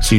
Si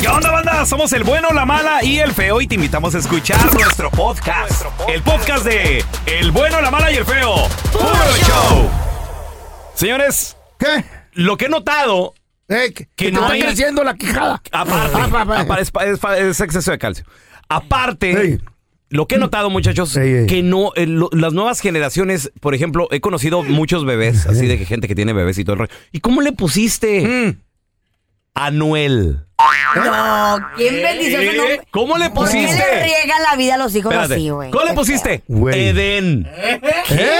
¿Qué onda, banda? Somos el bueno, la mala y el feo y te invitamos a escuchar nuestro podcast. El podcast de El bueno, la mala y el feo. ¡Puro show! Señores, ¿qué? Lo que he notado. que te está creciendo la quijada. Aparte, Ah, pa, pa. aparte, es, pa- es pa- es exceso de calcio. Aparte, lo que he notado, muchachos, que no, eh, lo- las nuevas generaciones, por ejemplo, he conocido muchos bebés, así de que gente que tiene bebés y todo el rollo. ¿Y cómo le pusiste? Anuel. ¿Eh? No, ¿quién bendición su nombre? ¿Cómo le ¿Por qué pusiste? le riegan la vida a los hijos Espérate. así, güey? ¿Cómo le pusiste? Edén. ¿Qué?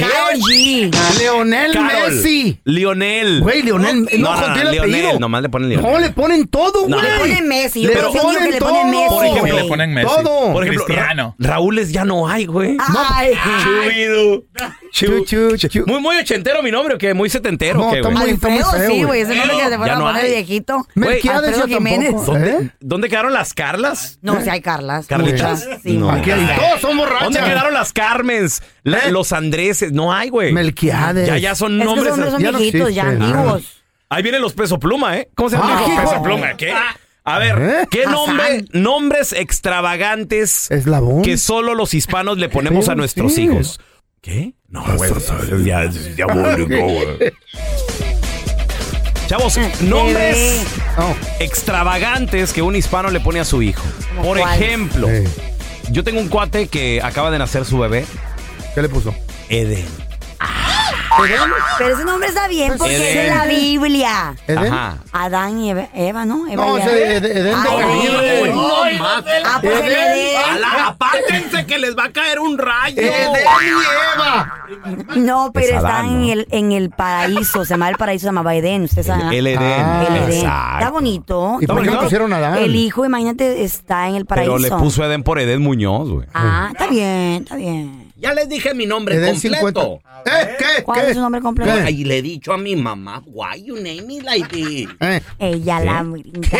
Karol G. ¿Eh? Leonel Carol. Messi. Lionel. Güey, Leonel. No, no, el Lionel, apellido. nomás le ponen Lionel. No, le ponen todo, No, güey. le ponen Messi, yo Le creo que ponen le todo. ponen Messi, Por ejemplo, güey. le ponen Messi. Todo. Ah. Por ejemplo, Cristiano. Ra- Raúles ya no hay, güey. Ay, Chubidu. Chu- Chu, chu, chu. Muy, muy ochentero mi nombre, ¿o qué? Muy setentero, No, ¿o qué, güey? muy- está muy Alfredo, feo, sí, güey. güey. Ese nombre que se fueron Ya a no poner hay. viejito. Melquiades Alfredo yo Jiménez. tampoco. ¿Dónde, ¿Eh? ¿Dónde quedaron las Carlas? No, si hay Carlas. ¿Carlichas? Muchas, Sí, No. güey. Aquí hay- todos son borrachos. ¿Dónde quedaron las Carmens? La- Los Andreses. No hay, güey. ¿Eh? Melquiades. Ya, ya Es son que nombres. esos hombres son ya no viejitos, ya existen. antiguos. Ahí vienen los peso pluma, ¿eh? ¿Cómo se Ah, llama? hijo. peso pluma, ¿qué? A ver, ¿Eh? ¿qué Hassan. nombre, nombres extravagantes Eslabón. que solo los hispanos le ponemos a Sí, nuestros sí. hijos? ¿Qué? No, güey. Ya, ya Chavos, nombres Oh, extravagantes que un hispano le pone a su hijo. ¿Cómo Por cuáles? ejemplo, eh, yo tengo un cuate que acaba de nacer su bebé, ¿Qué le puso? Eden. Pero ese nombre está bien porque es de Eden. la Biblia. ¿Eden? Ajá. Adán y Eva, Eva, ¿no? Eva No, y ese Adán. de- de- Edén de Ay, Caín, Eden. güey. Ah, pues el Edén. Ah. apártense que les va a caer un rayo. Edén y Eva. No, pero Es está Adán, en, ¿no? el, en el paraíso. Se llama el paraíso, se llamaba Edén. Usted sabe. El Edén. Ah, El Edén. Exacto. Está bonito. ¿Y por qué bonito? le pusieron a Adán? El hijo, imagínate, está en el paraíso. Pero le puso Eden por Eden Muñoz, güey. Ah, está bien, está bien. Ya les dije mi nombre Edén 50. ¿Eh? ¿Qué? ¿Cuál ¿Qué? es su nombre completo? ¿Qué? Y le he dicho a mi mamá, why you name me like this? Eh, Ella la brinca.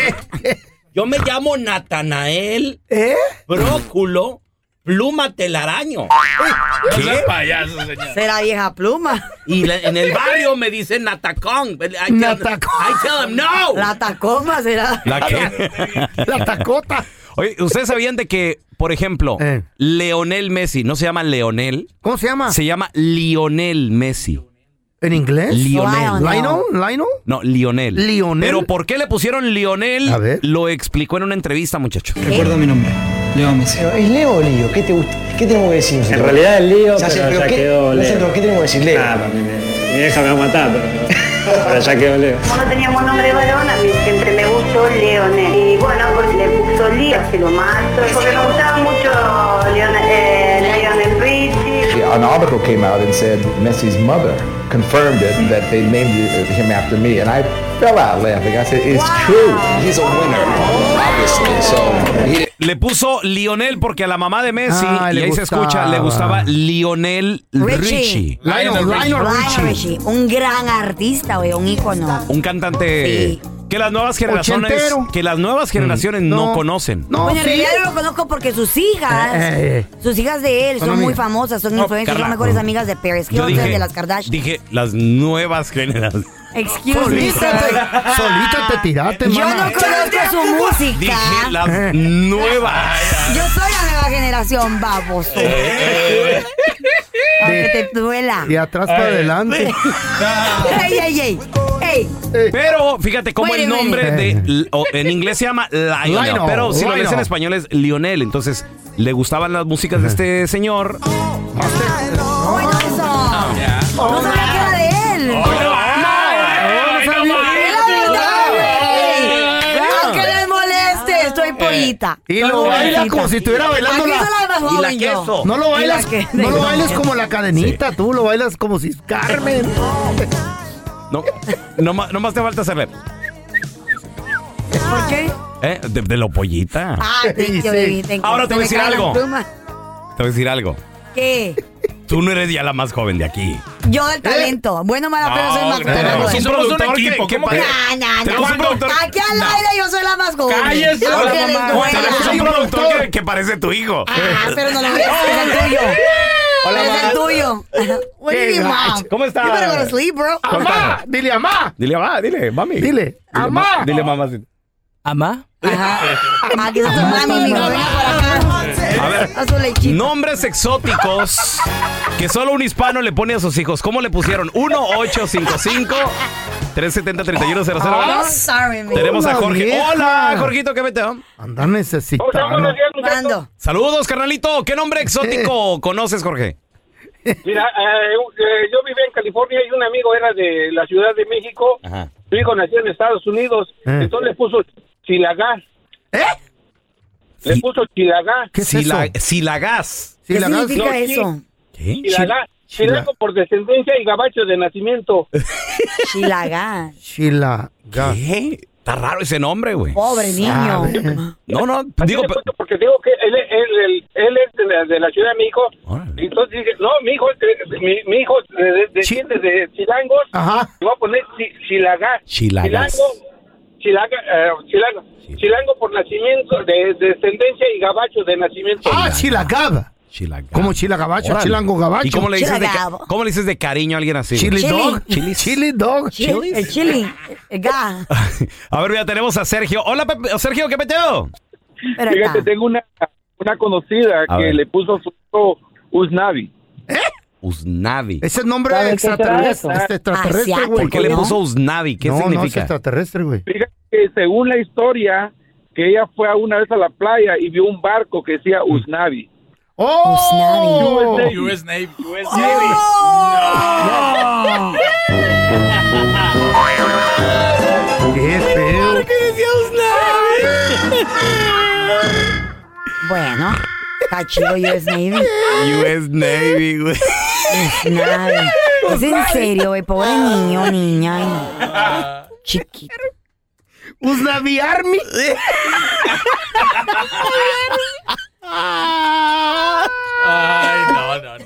Yo me llamo Natanael ¿Eh? Bróculo Pluma Telaraño. Esos payasos, señor. Será vieja pluma. Y la- en el barrio me dicen Natacón. Pues, I tell- Natacón. I tell them no. La tacoma será. ¿La qué? La tacota. Oye, ¿ustedes sabían de que, por ejemplo, Eh. Ah. Leonel Messi no se llama Leonel? ¿Cómo se llama? Se llama Lionel Messi. ¿En inglés? Lionel. Lionel. Lionel. No, Lionel. Lionel. Pero ¿por qué le pusieron Lionel? A ver. Lo explicó en una entrevista, muchacho. Recuerda mi nombre, Leo Messi. ¿Es Leo o Lío? ¿Qué te gusta? ¿Qué tenemos que decir? En realidad el lío, Ya sé, pero pero ya ¿qué? quedó No Leo. sé, pero ¿qué tenemos que decir, Leo? Ah, mami, mi, mi vieja me va a matar, pero, pero ya quedó Leo. Como no teníamos nombre de varón, a mí siempre me gustó Leonel. Y bueno, pues le puso Lía, se lo mato. Porque me gustaba mucho Leonel, eh, Lionel Richie. An article came out and said Messi's mother confirmed it Mm. that they named it- him after me, and I fell out laughing. I said, "It's true. He's a winner, obviously." So he Le puso Lionel porque a la mamá de Messi, Ah, y le ahí se gustaba. escucha, le gustaba Lionel Richie. Richie. Lionel. Lionel Lionel Richie. Richie, un gran artista, güey, un ícono. Un cantante Sí. que las nuevas generaciones Ochentero. Mm, que las nuevas generaciones no, No. conocen. No, bueno, en sí. realidad yo lo conozco porque sus hijas, Eh, eh, eh. sus hijas de él, Son son, muy amigas. famosas, son No, influencers, Carla. son mejores amigas de Paris Yo Hilton, de las Kardashian. dije las nuevas generaciones. Excuse me. sir. Solita te, solita te tiraste, Yo no mamá. conozco su música. Dije la nueva. Yo soy la nueva generación, baboso. Eh. Aunque te duela. De atrás para Eh, adelante. Ey, ey, ey. Ey. Pero fíjate cómo Wait el a nombre de o en inglés se llama Lionel, Eh. Lionel, pero si lo lees Lionel. en español es Lionel, entonces le gustaban las músicas de este señor. Bueno, eso. No sabía que era de él. Es la Ah, verdad, güey. Aunque les moleste, estoy pollita. Y Soy lo bailas jovencita. como si estuviera bailando Aquí eh. la... soy la más joven yo. No lo Y la bailas, que- no lo bailes como la cadenita, tú lo bailas como si Carmen. No, no, ma- no más te falta saber. ¿Por qué? ¿eh? De, de lo pollita. Ah, thank you, baby, thank you. Ahora te Se voy a me decir caen algo. las plumas. Te voy a decir algo. ¿Qué? Tú no eres ya la más joven de aquí. Yo del talento. Bueno, mala, pero soy más ¿Eh? No, joven. tenemos un productor que- que- Nah, nah, Tenemos nah. un productor- Aquí al aire yo soy la más joven. Cállese, Aunque hola, les mamá. duela. Tenemos un productor que, que parece tu hijo. Ah, pero no lo voy a decir, es el tuyo. Hola, Pero es el mamá. tuyo. What do you mean, mom? ¿Cómo estás? You better go to sleep, bro. Amá, Dile, amá. Dile, mamá, dile, mami. Dile, mamá. Dile, mamá. ¿Amá? Mamá, aquí está tu mami, mi venga para acá. A ver. A su lechita. Nombres exóticos que solo un hispano le pone a sus hijos. ¿Cómo le pusieron? 1855 370 Ah, 3100 sorry, man. Tenemos a Hola, Jorge. vieja. Hola, Jorgito, ¿qué meteo? Anda necesitando. ¿Cuándo? Saludos, carnalito. ¿Qué nombre exótico conoces, Jorge? Mira, eh, eh, yo vivía en California y un amigo era de la Ciudad de México. Su hijo nació en Estados Unidos. Eh. Entonces le puso Chilagá. ¿Eh? Le puso Chilagá. Sila- Silagás. ¿Qué Silagás. significa eso? ¿Qué? Chilagá. Chila- Chilango por descendencia y gabacho de nacimiento. Chilagán. Chila. ¿Qué? Está raro ese nombre, güey. Pobre niño. No, no, digo, pe- Porque digo que él, él- él- él es de la, de la Ciudad de México. Entonces dije, no, mi hijo, es de- mi, mi hijo es de- de- desciende de Chilangos. Le voy a poner chi- Chilagá. Chilagás. Chilango. Chilaga, eh, chilango, chilango por nacimiento, de, de descendencia y gabacho de nacimiento. Ah, chilagab. Chilagab. Como chila gabacho, Órale. chilango gabacho. ¿Y cómo le, dices de, ca- Chilagabo. cómo le dices de cariño a alguien así? güey? Chili dog. Chili dog. Chili. El chili. El ga. A ver, mira, tenemos a Sergio. Hola, Pepe- Sergio, ¿qué peteo? Pero Fíjate, acá. tengo una, una conocida A que ver. le puso su hijo Usnavi. Usnavi. Ese es nombre ¿Sabe qué extraterrestre, trae eso? este extraterrestre, güey. ¿Por qué le puso Usnavi? ¿Qué no, No, es significa? extraterrestre, Pues güey. Fíjate que según la historia, que ella fue a una vez a la playa y vio un barco que decía Mm. Usnavi. ¡Oh! Usnavi. US Navy. US ¡Oh! ¡Qué feo! Bueno, está chido US Navy. US Navy, güey. Es nada. Es en serio, güey. Pobre niño, niña. ay, Chiquito. Usnavi Army. Ay, no, no, no.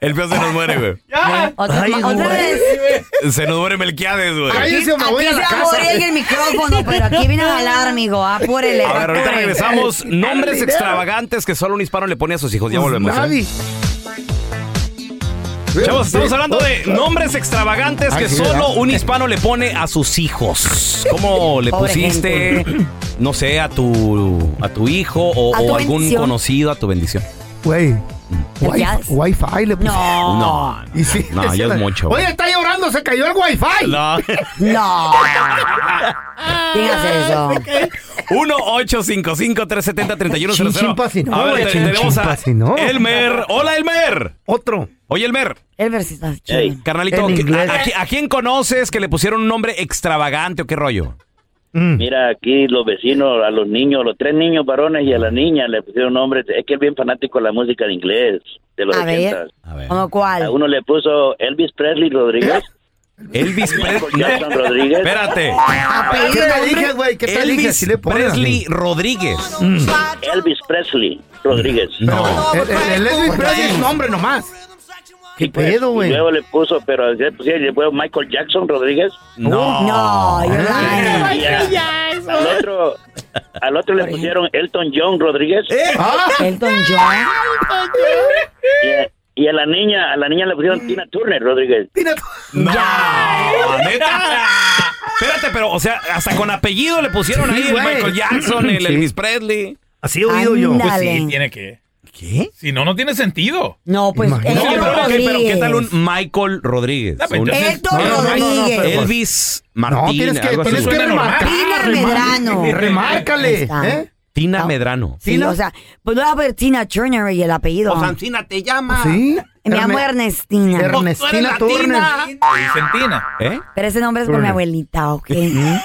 El feo se nos muere, güey. Bueno, Otra, Ay, otra güey. vez. Se nos muere Melquiades, güey. Ay, Aquí, ese me voy a aquí se la casa. aborrega el micrófono, pero aquí viene a jalar, amigo. ah, Apúrele. A ver, ahorita apúrele. regresamos. Nombres extravagantes que solo un hispano le pone a sus hijos. Ya volvemos. ¿eh? Usnavi. Chavos, estamos oh, hablando de nombres extravagantes Ah, que solo un hispano le pone a sus hijos. ¿Cómo le Pobre pusiste, no sé, a tu, a tu hijo o, A tu o algún bendición. conocido a tu bendición? Güey. Wi- Ya es- Wi-Fi le puso. No. No, Y sí, no, ya ese es la- mucho. Oye, está llorando, se cayó el Wi-Fi. No. No. Digas eso. 1-855-370-3100. Chinchín A ver, te- chinchín tenemos a pasinó. Elmer. Hola, Elmer. Otro. Oye, Elmer. El versito está chido. Hey, carnalito, En ¿qué- inglés. a, a qui- a quién conoces que le pusieron un nombre extravagante o qué rollo? Mira, aquí los vecinos, a los niños, los tres niños varones y a la niña le pusieron nombres. Es que es bien fanático de la música de inglés, de los A ver. 80s. A ver. ¿Cómo A cuál? uno le puso Elvis Presley Rodríguez, Elvis Presley. Nelson Rodríguez. Espérate. ¿Qué Ah, Apellido te hombre. dije, Ah, güey? ¿Qué te dije? Elvis Pues, Si le pones. Presley Rodríguez. Elvis Presley Rodríguez. No. El, el- el Elvis Presley es nombre nomás. ¿Qué pues, pedo, Y güey? luego le puso, pero le pusieron le puso Michael Jackson Rodríguez. No. No, you're lying. Y a- al otro, al otro le ¡Eh! pusieron Elton John Rodríguez. Ah, Elton John. Y a- Y a la niña, a la niña le pusieron Tina Turner, Rodríguez. Tina No, neta. Espérate, pero, o sea, hasta con apellido le pusieron Sí, ahí el güey. Michael Jackson, el Sí. Elvis Presley. Así he oído yo. Ándale. Pues sí, tiene que. ¿Qué? Si no, no tiene sentido. No, pues. No, Héctor pero, ok, pero ¿qué Rodríguez. tal un Michael Rodríguez? pues, Un- entonces- Héctor No, no, no, no, Rodríguez. pero- Elvis Martín. tienes que- algo así. tienes que Suena normal. remarcar. Tina Medrano. Ahí está. ¿eh? ¿eh? Tina Medrano. Sí, o sea, pues no va a haber Tina Turner y el apellido. O sea, Tina te llama. Sí. Me llamo Ernestina. Ernestina Tú eres Turner. latina. Argentina. ¿Eh? Pero ese nombre es por mi Turner. abuelita, ¿ok?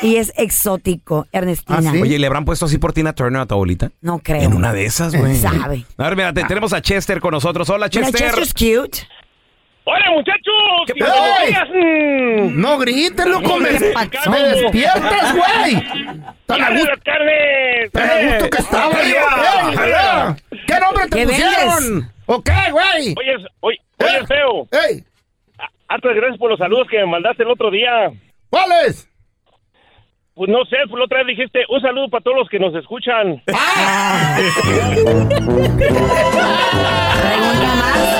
y es exótico, Ah, Ernestina. Oye, ¿le habrán puesto así por Tina Turner a tu abuelita? No creo. ¿Ah, Pues, En una de esas, güey. Sabe. A ver, mira, te- tenemos a Chester con nosotros. Hola, Mira, Chester. Chester's cute. ¡Hola, muchachos! ¿Qué pedo? No grites, loco. Me, me despiertas, güey. Tan a gusto. Tan a gusto Eh, que estaba yo. güey. ¿Qué nombre te ¿Qué pusieron? vendes? ¿O qué, güey? ¿Eh? Oye, oye, oye, feo. A- Hartas gracias por los saludos que me mandaste el otro día. ¿Cuáles? Pues no sé, por la otra vez dijiste un saludo para todos los que nos escuchan.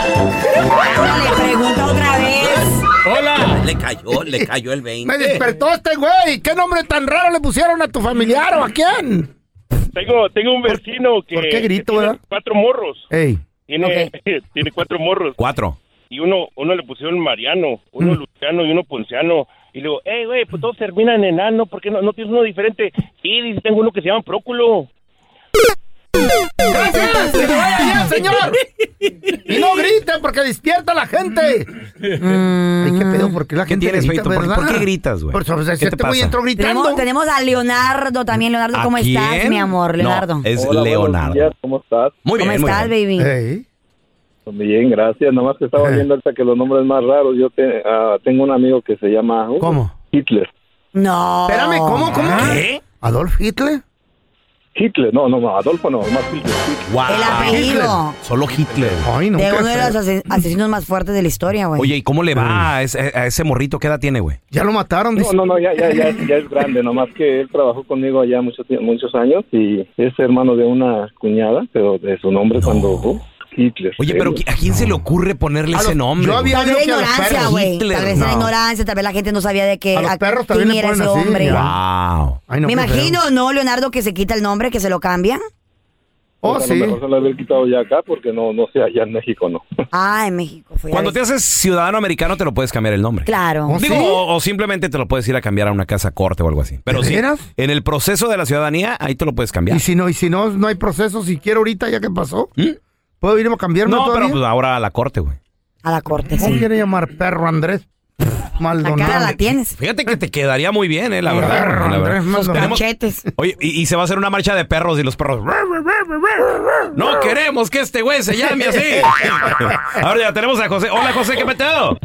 Le pregunta otra vez. Hola. Le cayó, le cayó el 20. Me despertó este güey. ¿Qué nombre tan raro le pusieron a tu familiar o a quién? Tengo, tengo un vecino que, qué grito, que verdad? tiene cuatro morros. Ey. Tiene, tiene cuatro morros. Cuatro. Y uno, uno le pusieron Mariano, Mm. uno Luciano y uno Ponciano. Y le digo, hey, güey, pues todos terminan en ano, ¿por qué no, no tienes uno diferente? Sí, dice, tengo uno que se llama Próculo. ¡Gracias! ¡Que te vaya bien, señor! Y no grite porque despierta a la gente. Ay, qué pedo, porque la Mm. ¿Qué gente tienes, grita, Feito? ¿Por, ¿verdad? por qué gritas, güey? Por eso, o sea, ¿Qué si te este güey pasa? entró gritando. Tenemos, tenemos a Leonardo también. Leonardo, ¿A ¿cómo estás, quién? mi amor? No, Leonardo. es Leonardo. ¿Cómo estás? Muy ¿Cómo estás, baby? Eh. Bien, gracias. Nomás que Eh. estaba viendo ahorita que los nombres más raros. Yo te- ah, tengo un amigo que se llama uh, Hitler. No. ¿Ah? Espérame, ¿cómo, cómo? ¿Qué? ¿Adolf Hitler? Hitler, no, no, no, Adolfo no, más Hitler. Hitler. Guau. Ah, El apellido. Solo Hitler. Ay, de uno de los ase- asesinos más fuertes de la historia, güey. Oye, ¿y cómo le Mm. va a ese, a ese morrito? ¿Qué edad tiene, güey? Ya lo mataron. No, no, no, ya, ya, ya, ya es grande. Nomás que él trabajó conmigo allá muchos, tie- muchos años y es hermano de una cuñada, pero de su nombre cuando uh, Hitler. Oye, pero ¿qui- ¿a quién se le ocurre ponerle ese nombre? yo güey? Tal vez la ignorancia, güey. Hitler. Tal vez la ignorancia, tal vez la gente no sabía de que A los a- perros también quién le era ponen ese así, hombre. Wow. Ay, no, Me qué feo. imagino, ¿no, Leonardo, que se quita el nombre, que se lo cambia? Oh, O sea, Pues A lo mejor se lo había quitado ya acá porque no, no sé, allá en México no. Ah, en México fue. Cuando te haces ciudadano americano te lo puedes cambiar el nombre. Claro. Digo, o, o simplemente te lo puedes ir a cambiar a una casa corte o algo así. Pero sí, en el proceso de la ciudadanía, ahí te lo puedes cambiar. Y si no, y si no, no hay proceso, si quiero ahorita, ya que pasó. ¿Puedo irme a cambiarme ¿Mm? No, todavía? pero pues ahora a la corte, güey. A la corte, ¿Cómo quiere llamar perro Andrés? Maldonado. La cara la tienes. Fíjate que te quedaría muy bien, eh, la verdad. Perro, la verdad. Andrés, más Tenemos- cachetes. Oye, y, y se va a hacer una marcha de perros y los perros. No queremos que este güey se llame así. Ahora ya tenemos a José. Hola, José, ¿qué peteo?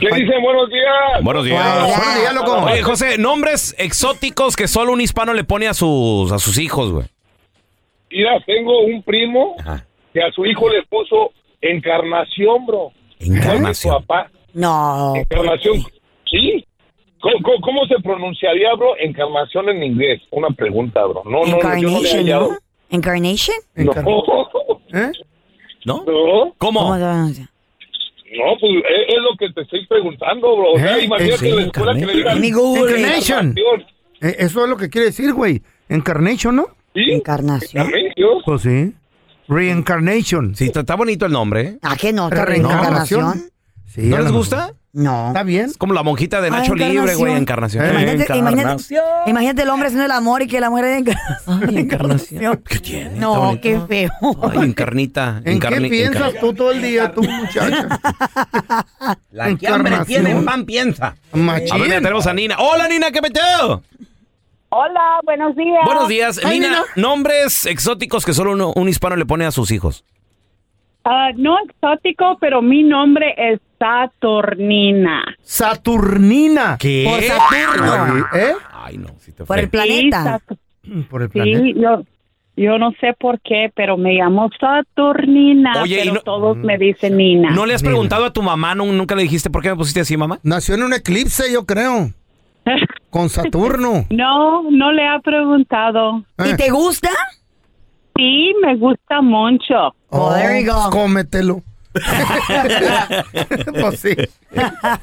¿Qué dicen? Buenos días. Buenos días. Buenos días, loco. Oye, José, nombres exóticos que solo un hispano le pone a sus, a sus hijos, güey. Mira, tengo un primo que a su hijo le puso Encarnación, bro. Encarnación. Papá. No. Encarnación. Sí. ¿Cómo, cómo, cómo se pronunciaría, bro, encarnación en inglés? Una pregunta, bro. No, no, no, yo no le Encarnation, he hallado. ¿no? Encarnation. No. ¿Eh? ¿No? ¿No? ¿Cómo? No, pues es, es lo que te estoy preguntando, bro. O sea, Eh, eh, imagínate en la sí, escuela que le digan... Encarnation. Encarnation. Encarnación. Eh, Eso es lo que quiere decir, güey. Encarnation, ¿no? Encarnación. Pues sí. Reincarnation. Sí, está, está bonito el nombre. ¿eh? ¿A qué Ah, no? ¿Está Reencarnación. reencarnación? ¿No a les lo gusta? No. Está bien. Es como la monjita de Ah, Nacho Libre, güey, encarnación. Eh, encarnación. Imagínate, imagínate, imagínate el hombre haciendo el amor y que la mujer de encarnación. ¿Qué tiene? Está No, bonito. qué feo. Ay, encarnita. ¿En qué encarni- piensas encar- tú todo el día, tú, muchacha? La que hambre tiene pan piensa. A ver, mira, tenemos a Nina. Hola, Nina, ¿qué peteo? Hola, buenos días. Buenos días, Nina, Nombres exóticos que solo uno- un hispano le pone a sus hijos. Ah, no exótico, pero mi nombre es Saturnina. Saturnina. ¿Qué? Por Saturno. Ay, ¿Eh? ¿Eh? Ay, no. Si te Por el planeta. Por el planeta. Sí, yo, yo no sé por qué, pero me llamo Saturnina, Oye, y pero no- Mm. todos me dicen Nina. Pues, ¿No le has preguntado a tu mamá? nu- ¿Nunca le dijiste por qué me pusiste así, mamá? Nació en un eclipse, yo creo. Con Saturno. No, no le ha preguntado. Eh. ¿Y te gusta? Sí, me gusta mucho. Oh, pues, Cómetelo. Pues sí.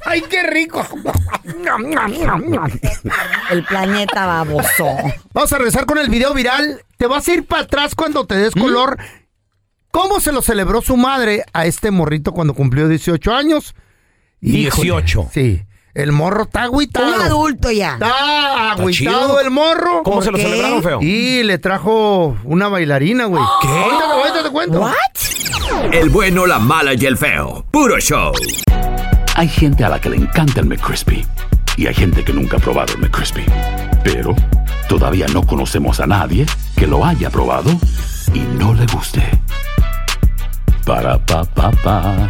¡Ay, qué rico! El planeta baboso. Vamos a regresar con el video viral. Te vas a ir para atrás cuando te des color. ¿Cómo se lo celebró su madre a este morrito cuando cumplió 18 años? 18. Sí. El morro está agüitado. Un adulto ya. Está Está agüitado chido. el morro. ¿Cómo se lo ¿Por qué? celebraron, feo? Y le trajo una bailarina, güey. ¿Qué? Ahorita, te- ahorita te cuento. El bueno, la mala y el feo. Puro show. Hay gente a la que le encanta el McCrispy y hay gente que nunca ha probado el McCrispy. Pero todavía no conocemos a nadie que lo haya probado y no le guste. Para pa pa pa.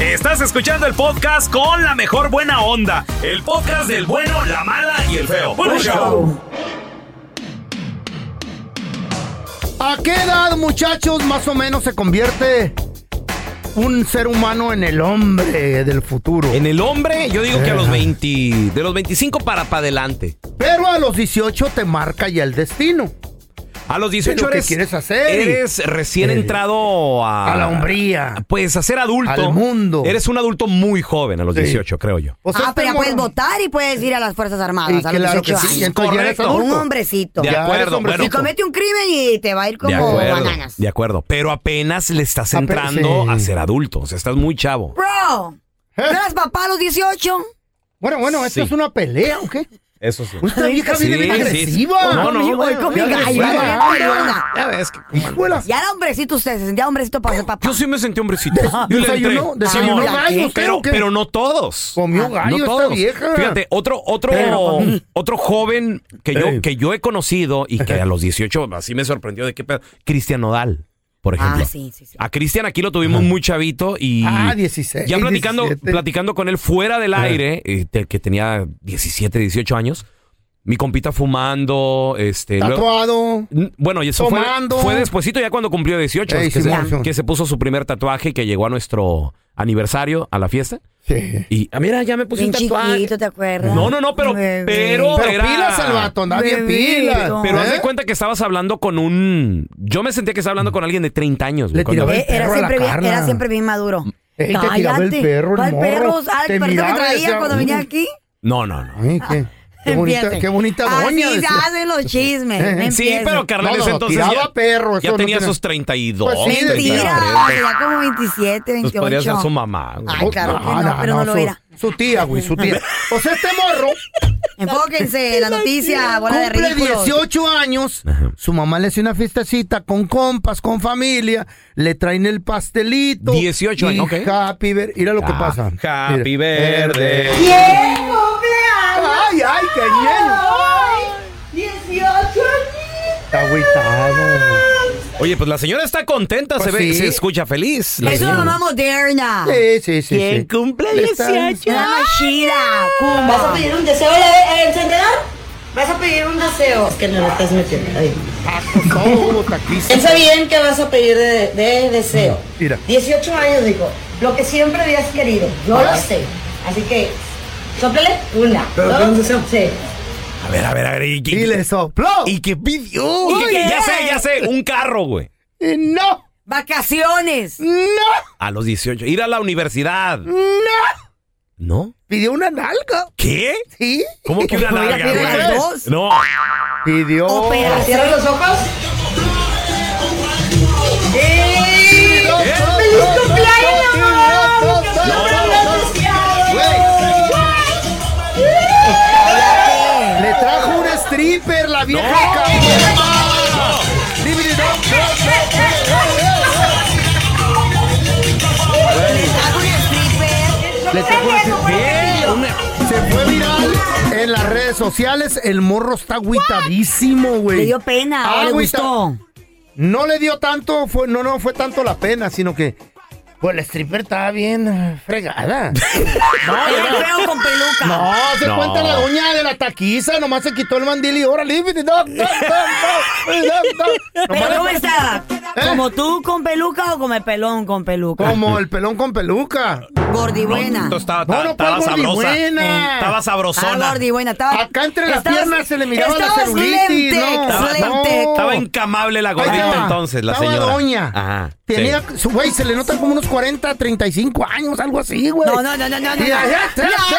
Estás escuchando el podcast con la mejor buena onda. El podcast del bueno, la mala y el feo. Puro Pues, show. ¿A qué edad, muchachos, más o menos se convierte un ser humano en el hombre del futuro? En el hombre, yo digo que Eh. a los 20, de los 25 para para adelante. Pero a los 18 te marca ya el destino. A los 18 Pero, ¿qué eres, quieres hacer? eres recién Eh, entrado a... a la hombría. Pues a ser adulto. Ah. Al mundo. Eres un adulto muy joven a los Sí. 18, creo yo. ah, pero ya puedes votar y puedes ir a las Fuerzas Armadas Sí, a los claro que 18 sí, años. entonces ya eres Correcto. Un adulto. hombrecito. De Ya acuerdo, eres hombrecito. Y bueno. comete un crimen y te va a ir De como acuerdo. bananas. De acuerdo. Pero apenas le estás Ape- entrando sí. a ser adulto. O sea, estás muy chavo. Bro, Eh. ¿no eras papá a los 18? Bueno, bueno, Sí. ¿esto es una pelea o qué? Eso sí. Esta vieja Sí, viene bien sí, agresiva. sí. No, no, Voy bueno, con mi ya gallo, ves, voy ya. con mi gallo. Ya ves que- Ya era hombrecito usted, se sentía hombrecito para ser papá. Yo sí me sentí hombrecito. Ah, Yo le entré. desayunó- desayunó Simón. gallo, ¿usted pero, o qué? pero no ah, todos. Comió gallo esta vieja. Fíjate, otro, otro, Pero mm. comí. otro joven que Ey. yo, que yo he conocido y que a los 18 así me sorprendió de qué pedo. Cristian Nodal, por ejemplo. Ah, sí, sí, A Cristian aquí lo tuvimos muy chavito y. Ah, 16, Ya platicando, 17. platicando con él fuera del aire, eh, te- que tenía 17, 18 años. Mi compita fumando, este. luego- Tatuado. N- Bueno, y eso fue, Tomando. fue despuesito ya cuando cumplió 18, Ey, que, se, Simón, Simón. que se puso su primer tatuaje y que llegó a nuestro aniversario, a la fiesta. Sí. Y, ah, mira, ya me puse ¿Eh? Bien un tatuaje. chiquito, ¿te acuerdas? No, no, no, pero, Bebé. pero, Pero era- pilas al vato, anda bien Bebé. pilas. Pero haz ¿Eh? de cuenta que estabas hablando con un... Yo me sentía que estaba hablando con alguien de 30 años. güey, Le cuando- tiraba el Eh, era, perro a la siempre bien, Carla. era siempre bien maduro. Ey, te tiraba el perro, el ¿Cuál morro? perro? Ah, Te el perrito que miraba y decía, traía cuando venía "Uy". aquí. No, no, no. Ay, qué, qué bonita, Fíjate. qué bonita doña. Así se decía. hacen los chismes. Eh. no Sí, empiecen. pero carnal, No, ese no, entonces tiraba ya, perro, eso ya no tenía tiene- sus 32. Pues sí, Mentira, 33. tenía como 27, Pues 28. podría ser su mamá. güey. Ay, claro que no, pero no, lo su, era. Su tía, güey, su tía. O sea, este morro Enfóquense, la noticia, bola de cumple ridículos. 18 años. Su mamá le hace una fiestecita con compas, con familia. Le traen el pastelito. 18 años, y ok. Happy ver. Mira lo que Ah, pasa. Happy Mira. verde. ¡Bien! cumpleaños! ¡Ay, ay, qué bien! ¡18 Está agüitado. Oye, pues la señora está contenta, Pues se ve, sí. se escucha feliz. La Es una señora. mamá moderna. Sí, sí, sí. ¿Quién sí. cumple Le están- Una machida. ¿Vas a pedir un deseo el, el encendedor? ¿Vas a pedir un deseo? Es que no lo estás metiendo ahí. Todo taquiza. Piensa bien que vas a pedir de, de deseo. Mira. 18 años, dijo. Lo que siempre habías querido. Yo lo sé. Así que, sóplale una. ¿Pero un deseo? Sí. A ver, a ver, a ver. ¿Y, Y le sopló. ¿y qué pidió? Pues, ¿Y ¿Y qué- qué? Ya sé, ya sé. Un carro, güey. Y no, Vacaciones. no, A los 18. Ir a la universidad. Mm. no. ¿No? Pidió una nalga. ¿Qué? ¿Sí? ¿Cómo que una Hubiera larga, pedido güey? las dos. No. Pidió. Operación. ¿Cierras los ojos? ¡Eh! stripper, la vieja No. cabrona. Dibbidi dab, dab, dab, dab. ¿Qué? Una- Se fue viral en las redes sociales. El morro está agüitadísimo, güey. Le dio pena, Ah, o le gustó. No le dio tanto, fue, no, no fue tanto la pena, sino que. Pues la stripper estaba bien eh, fregada. no, Era feo con peluca. Ah, No, se No. cuenta la doña de la taquiza, nomás se quitó el mandil y órale. dib, dib, dab, dab, dab, dab, dab. Nomás Pero le- ¿Eh? ¿cómo estaba? ¿Como tú con peluca o como el pelón con peluca? Como el pelón con peluca. Gordibuena. No, estaba- No, no, estaba ¿cuál sabrosa. gordibuena? Estaba sabrosona. Ah, gordibuena. Estaba, Acá entre las piernas se le miraba la estabas celulitis, no. lentex, Estaba- lentex. Estaba incamable la gordita Oh. estaba. entonces, la Estaba señora. doña. Ajá. Tenía, su- güey, se le notan como unos 40, 35 años, algo así, güey. No, no, no, no, no, no. Y- No, ya, ya,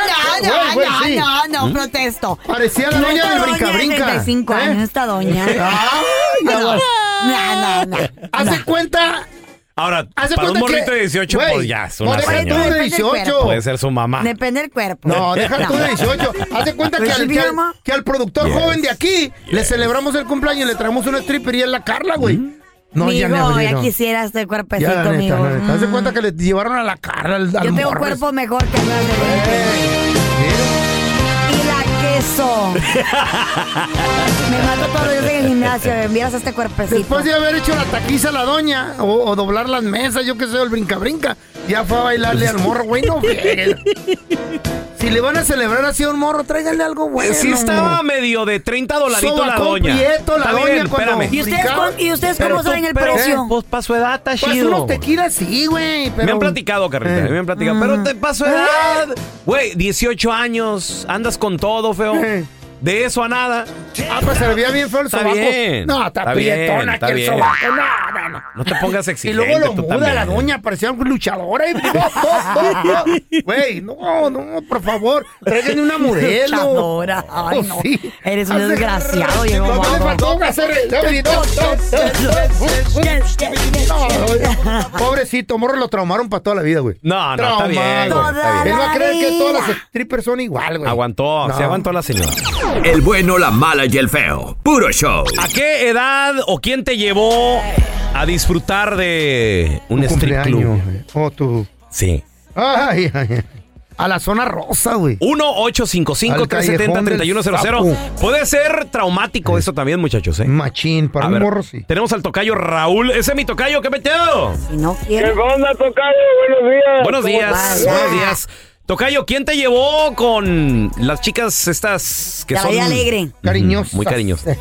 ya, no, güey, güey, sí. no, no, no, ¿Mm? protesto. Parecía la No, doña esta del doña de brinca-brinca, 35 años, esta doña. ¿eh? Ah, ya No, Ah, va. no, no, no. Hace cuenta. Ahora, Haz de para un cuenta morrito que- de 18, güey, pues ya es una morrito señora. de 18. Puede ser su mamá. Depende del cuerpo. No, deja tú de 18. Haz de cuenta que Pues sí, al, mi que, al- mamá. que al productor Yes. joven de aquí le celebramos el cumpleaños y le traemos una stripper y es la Carla, güey. Mm. No, ya me Migo, ya abrieron. quisiera este cuerpecito, Ya, la neta, amigo. la neta. Haz de cuenta que le llevaron a la Carla al, al Mm. Yo tengo morro. Eh, cuerpo mejor que el de Y la queso. Me mato todos los días en el gimnasio. Me envías este cuerpecito. Después de haber hecho la taquiza a la doña o, o doblar las mesas, yo qué sé, o el brinca-brinca, ya fue a bailarle al morro, güey, no friegues. Si le van a celebrar así a un morro, tráiganle algo bueno. sí estaba medio de 30 dolaritos la Sobacón doña. Prieto, la Está doña bien, cuando espérame. ¿Y ustedes, Complicado. cuán- y ustedes Pero cómo tú, saben el pero- precio? Pues para su edad está Pues unos tequilas sí, güey, pero... Eh. Ah. Me han platicado, carnita, me han platicado. Pero te paso edad. Güey, 18 años, andas con todo, feo. Eh. De eso a nada. Ah, pues se le veía bien feo el Está sobaco. bien. No, está, Está bien, prietona está aquí el bien. sobaco, no, no, no. No te pongas Y exigente. luego lo tú muda también. ¿eh? la doña, parecía un luchadora. y- Güey, no, no, por favor, tráiganle una modelo. Luchadora, ay, no. Eres un Oh, Hace- desgraciado, llegó No, no le guapo. faltó hacer el- No, Pobrecito, morro, lo traumaron para toda la vida, güey. No, no, está bien, güey, Traumado. está bien. Él va a creer que todas las strippers son igual, güey. Aguantó, se aguantó la señora. El bueno, la mala y el feo. Puro show. ¿A qué edad o quién te llevó a disfrutar de un, strip club? Oh, tú. Sí. Ay, ay, ay. A la zona rosa, güey. Uh, 1-855-370-3100. Puede ser traumático eso también, muchachos, Mm, ¿eh? Machín, para un morro sí. Tenemos al tocayo Raúl. Ese es mi tocayo, ¿qué metido? no quiere. ¿Qué onda, tocayo? Buenos días. Buenos ¿Cómo días, estás? buenos días. Tocayo, ¿quién te llevó con las chicas estas que La son... vida alegre. Ujú, Cariñosas. Muy cariñosas.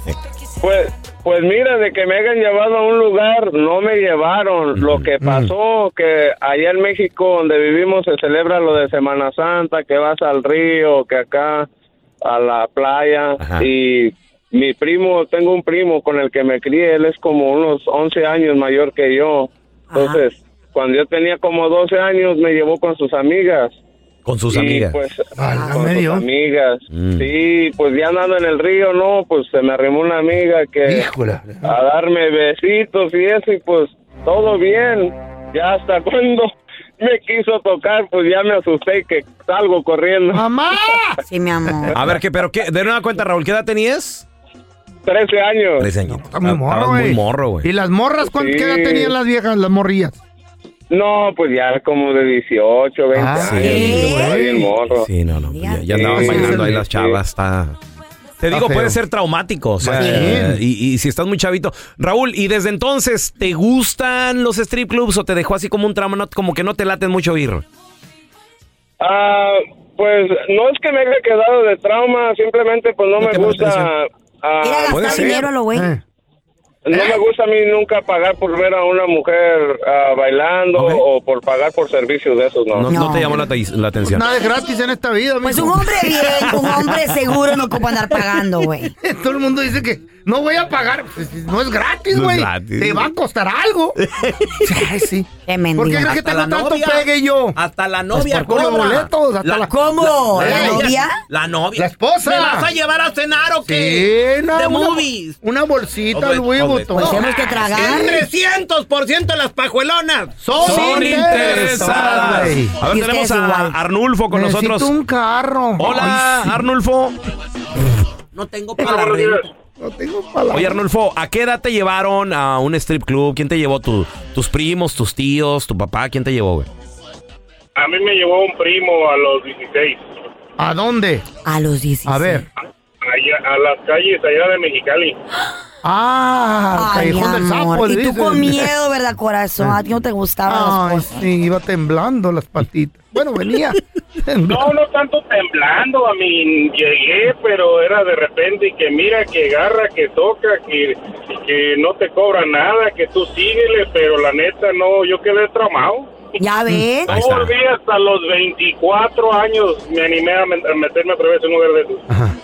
Pues, pues mira, de que me hayan llevado a un lugar, no me llevaron. Lo que pasó, que allá en México, donde vivimos, se celebra lo de Semana Santa, que vas al río, que acá a la playa. Y mi primo, tengo un primo con el que me crié, él es como unos 11 años mayor que yo. Entonces, cuando yo tenía como 12 años, me llevó con sus amigas. Con sus Y, amigas. Mm. pues, con sus amigas. Sí, pues ya andando en el río, no, pues se me arrimó una amiga que a darme besitos y eso, y pues todo bien. Ya hasta cuando me quiso tocar, pues ya me asusté y que salgo corriendo. ¡Mamá! Sí, mi amor. A ver, ¿qué, pero qué? De nueva cuenta, Raúl, ¿qué edad tenías? 13 años. 13 años. Está muy morro, güey. muy morro, güey. ¿Y las morras cuánto Sí. qué edad tenían las viejas, las morrillas? No, pues ya como de 18, 20 sí, años. estaba bien morro. Sí, no, no. pues Ya, ya Sí. andaban bailando ahí las Sí. chavas. está- Te Está digo, feo. puede ser traumático. o sea, eh, Machín. y, y si estás muy chavito. Raúl, ¿y desde entonces te gustan los strip clubs o te dejó así como un tramo, no- como que no te laten mucho ir? Ah, pues no es que me haya quedado de trauma, simplemente pues no, me gusta... ah, Gastar dinero a lo güey. Eh. No me gusta a mí nunca pagar por ver a una mujer ah, bailando o por pagar por servicios de esos, ¿no? No, no te llamó la, tais- la atención. pues Nada es gratis en esta vida, Pues un hombre bien, un hombre seguro no ocupa andar pagando, güey. Todo el mundo dice que no voy a pagar. Pues, No es gratis, No es güey. gratis. Te va a costar algo. Ay, sí. ¿Por qué crees que tengo tanto pegue yo? Hasta la Pues novia por los cobra. boletos. Hasta La- la, ¿Cómo? La, ¿La la- novia? La novia. La esposa. ¿Me vas a llevar a cenar o qué? Sí, no, ¿De una, movies? Una bolsita, Todo al esto, Louis todo Vuitton. esto. Pues tenemos que tragar. Es 300% las pajuelonas. Son, Son interesadas. interesadas. güey. A ver, tenemos a Arnulfo con Necesito nosotros. un carro. Hola, Ay, sí. Arnulfo. No tengo para la renta. No tengo palabras. Oye, Arnulfo, ¿a qué edad te llevaron a un strip club? ¿Quién te llevó? Tu- ¿Tus primos, tus tíos, tu papá? ¿Quién te llevó, güey? A mí me llevó un primo a los 16, ¿A dónde? A los 16. A ver. allá, a las calles allá de Mexicali. Ah, Ay, callejón del amor, sapo. le Y tú dicen. con miedo, ¿verdad, pues. corazón? A ti no te gustaban Ay, las cosas. sí, iba temblando las patitas. Bueno, venía. No, no tanto temblando, a mí llegué, pero era de repente y que mira, que agarra, que toca, que, que no te cobra nada, que tú síguele, pero la neta no, yo quedé traumado. Ya ves. No volví hasta los 24 años, me animé a, met- a meterme otra vez en un lugar de esos.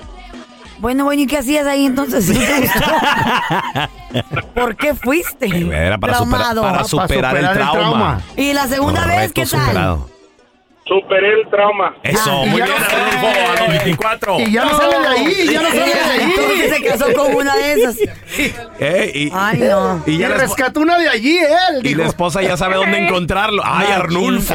Bueno, bueno, ¿y qué hacías ahí entonces? ¿No te gustó? ¿Por qué fuiste? Era para superar, Traumado. para superar el trauma. Y la segunda vez, ¿qué Correcto, tal? superado. Superé el trauma. Eso, muy bien, Arnulfo, a los 24. Y ya no sale de ahí, ya no sale de ahí. Entonces se casó con una de esas. Eh, y, Ay, no. Y, ya la, esp- rescató una de allí, él. y la esposa ya sabe dónde encontrarlo. Ay, Arnulfo.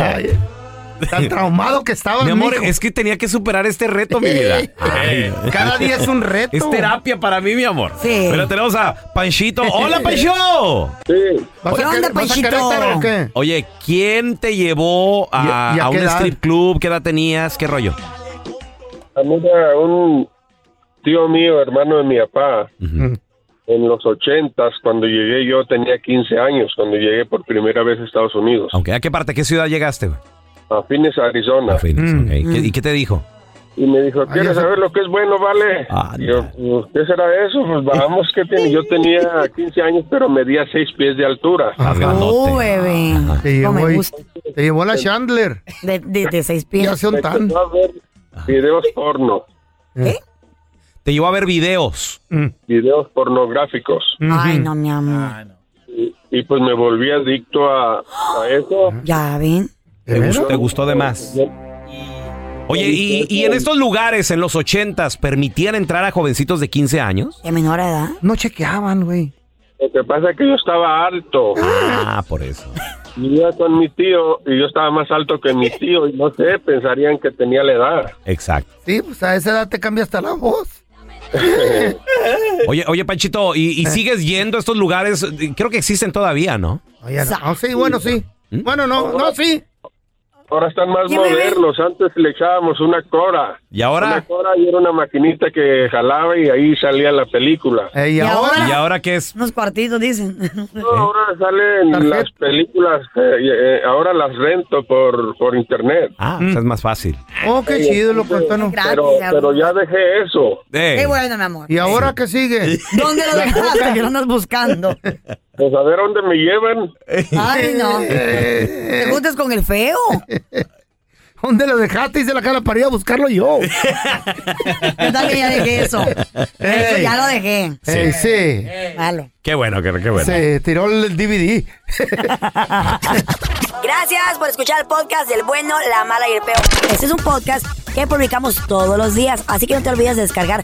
Tan traumado que estaba. Mi amor, mijo. es que tenía que superar este reto, mi vida. Ay, Cada día es un reto. Es terapia para mí, mi amor. Sí. Pero tenemos a Panchito. ¡Hola, Pancho! Sí. ¿Vas a querer- vas a Querétaro o qué? Oye, ¿quién te llevó a, ¿Y- y a a qué un edad? strip club? ¿Qué edad tenías? ¿Qué rollo? A mí era un tío mío, hermano de mi papá, en los ochentas, cuando llegué yo tenía 15 años, cuando llegué por primera vez a Estados Unidos, Aunque, ¿a qué parte, qué ciudad llegaste? güey? Ah. a Phoenix, Arizona. A Phoenix, Mm, ok. ¿Qué- ¿Y qué te dijo? Y me dijo, ¿quieres saber lo que es bueno, vale? Ah, Y yo, "Pues, ¿qué será eso? Pues vamos, que tiene? Yo tenía 15 años, pero medía 6 pies de altura. Ah, Oh, bebé. Te No llevó, me y- gusta. te llevó la Chandler. De, de, de seis pies. Ya son Me tan. Ah. empezó a ver videos porno, Te llevó a ver videos. videos pornográficos. Ay, no, mi amor. Y, y, pues me volví adicto a, a eso. Ya ven. ¿Te gustó, te gustó de más? Oye, y, y en estos lugares, en los ochentas, ¿permitían entrar a jovencitos de 15 años? De menor edad. No chequeaban, güey. Lo que pasa es que yo estaba alto. Ah, por eso. Vivía con mi tío y yo estaba más alto que mi tío y no sé, pensarían que tenía la edad. Exacto. Sí, pues a esa edad te cambia hasta la voz. Oye, oye, Panchito, ¿y, y sigues yendo a estos lugares? Creo que existen todavía, ¿no? Oye, no, sí, bueno, sí. ¿Mm? Bueno, no, no, sí. Ahora están más ¿Qué me modernos. Antes le echábamos una cora. ¿Y ahora? Una cora y era una maquinita que jalaba y ahí salía la película. Eh, ¿Y ahora? ¿Y ahora qué es? Unos cuartitos, dicen. Ahora salen las películas, eh, y, eh, ahora las rento por, por internet. Ah, o sea, es más fácil. Oh, qué chido, lo pero, cortaron. pero, pero ya dejé eso. Eh, Qué bueno, mi amor. ¿Y ahora qué sigue? ¿Dónde lo dejaste? Que lo andas buscando. Pues a ver dónde me llevan. Ay, no. ¿Te juntas con el feo? Eh, ¿Dónde lo dejaste? Hice la cara para ir a buscarlo yo. Yo también ya dejé eso. Eso ya lo dejé. Ey, Eh, sí. Malo. Qué bueno, qué, qué bueno. Se tiró el DVD. Gracias por escuchar el podcast del bueno, la mala y el peor. Este es un podcast que publicamos todos los días, así que no te olvides de descargar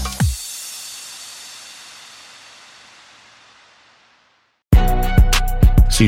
Si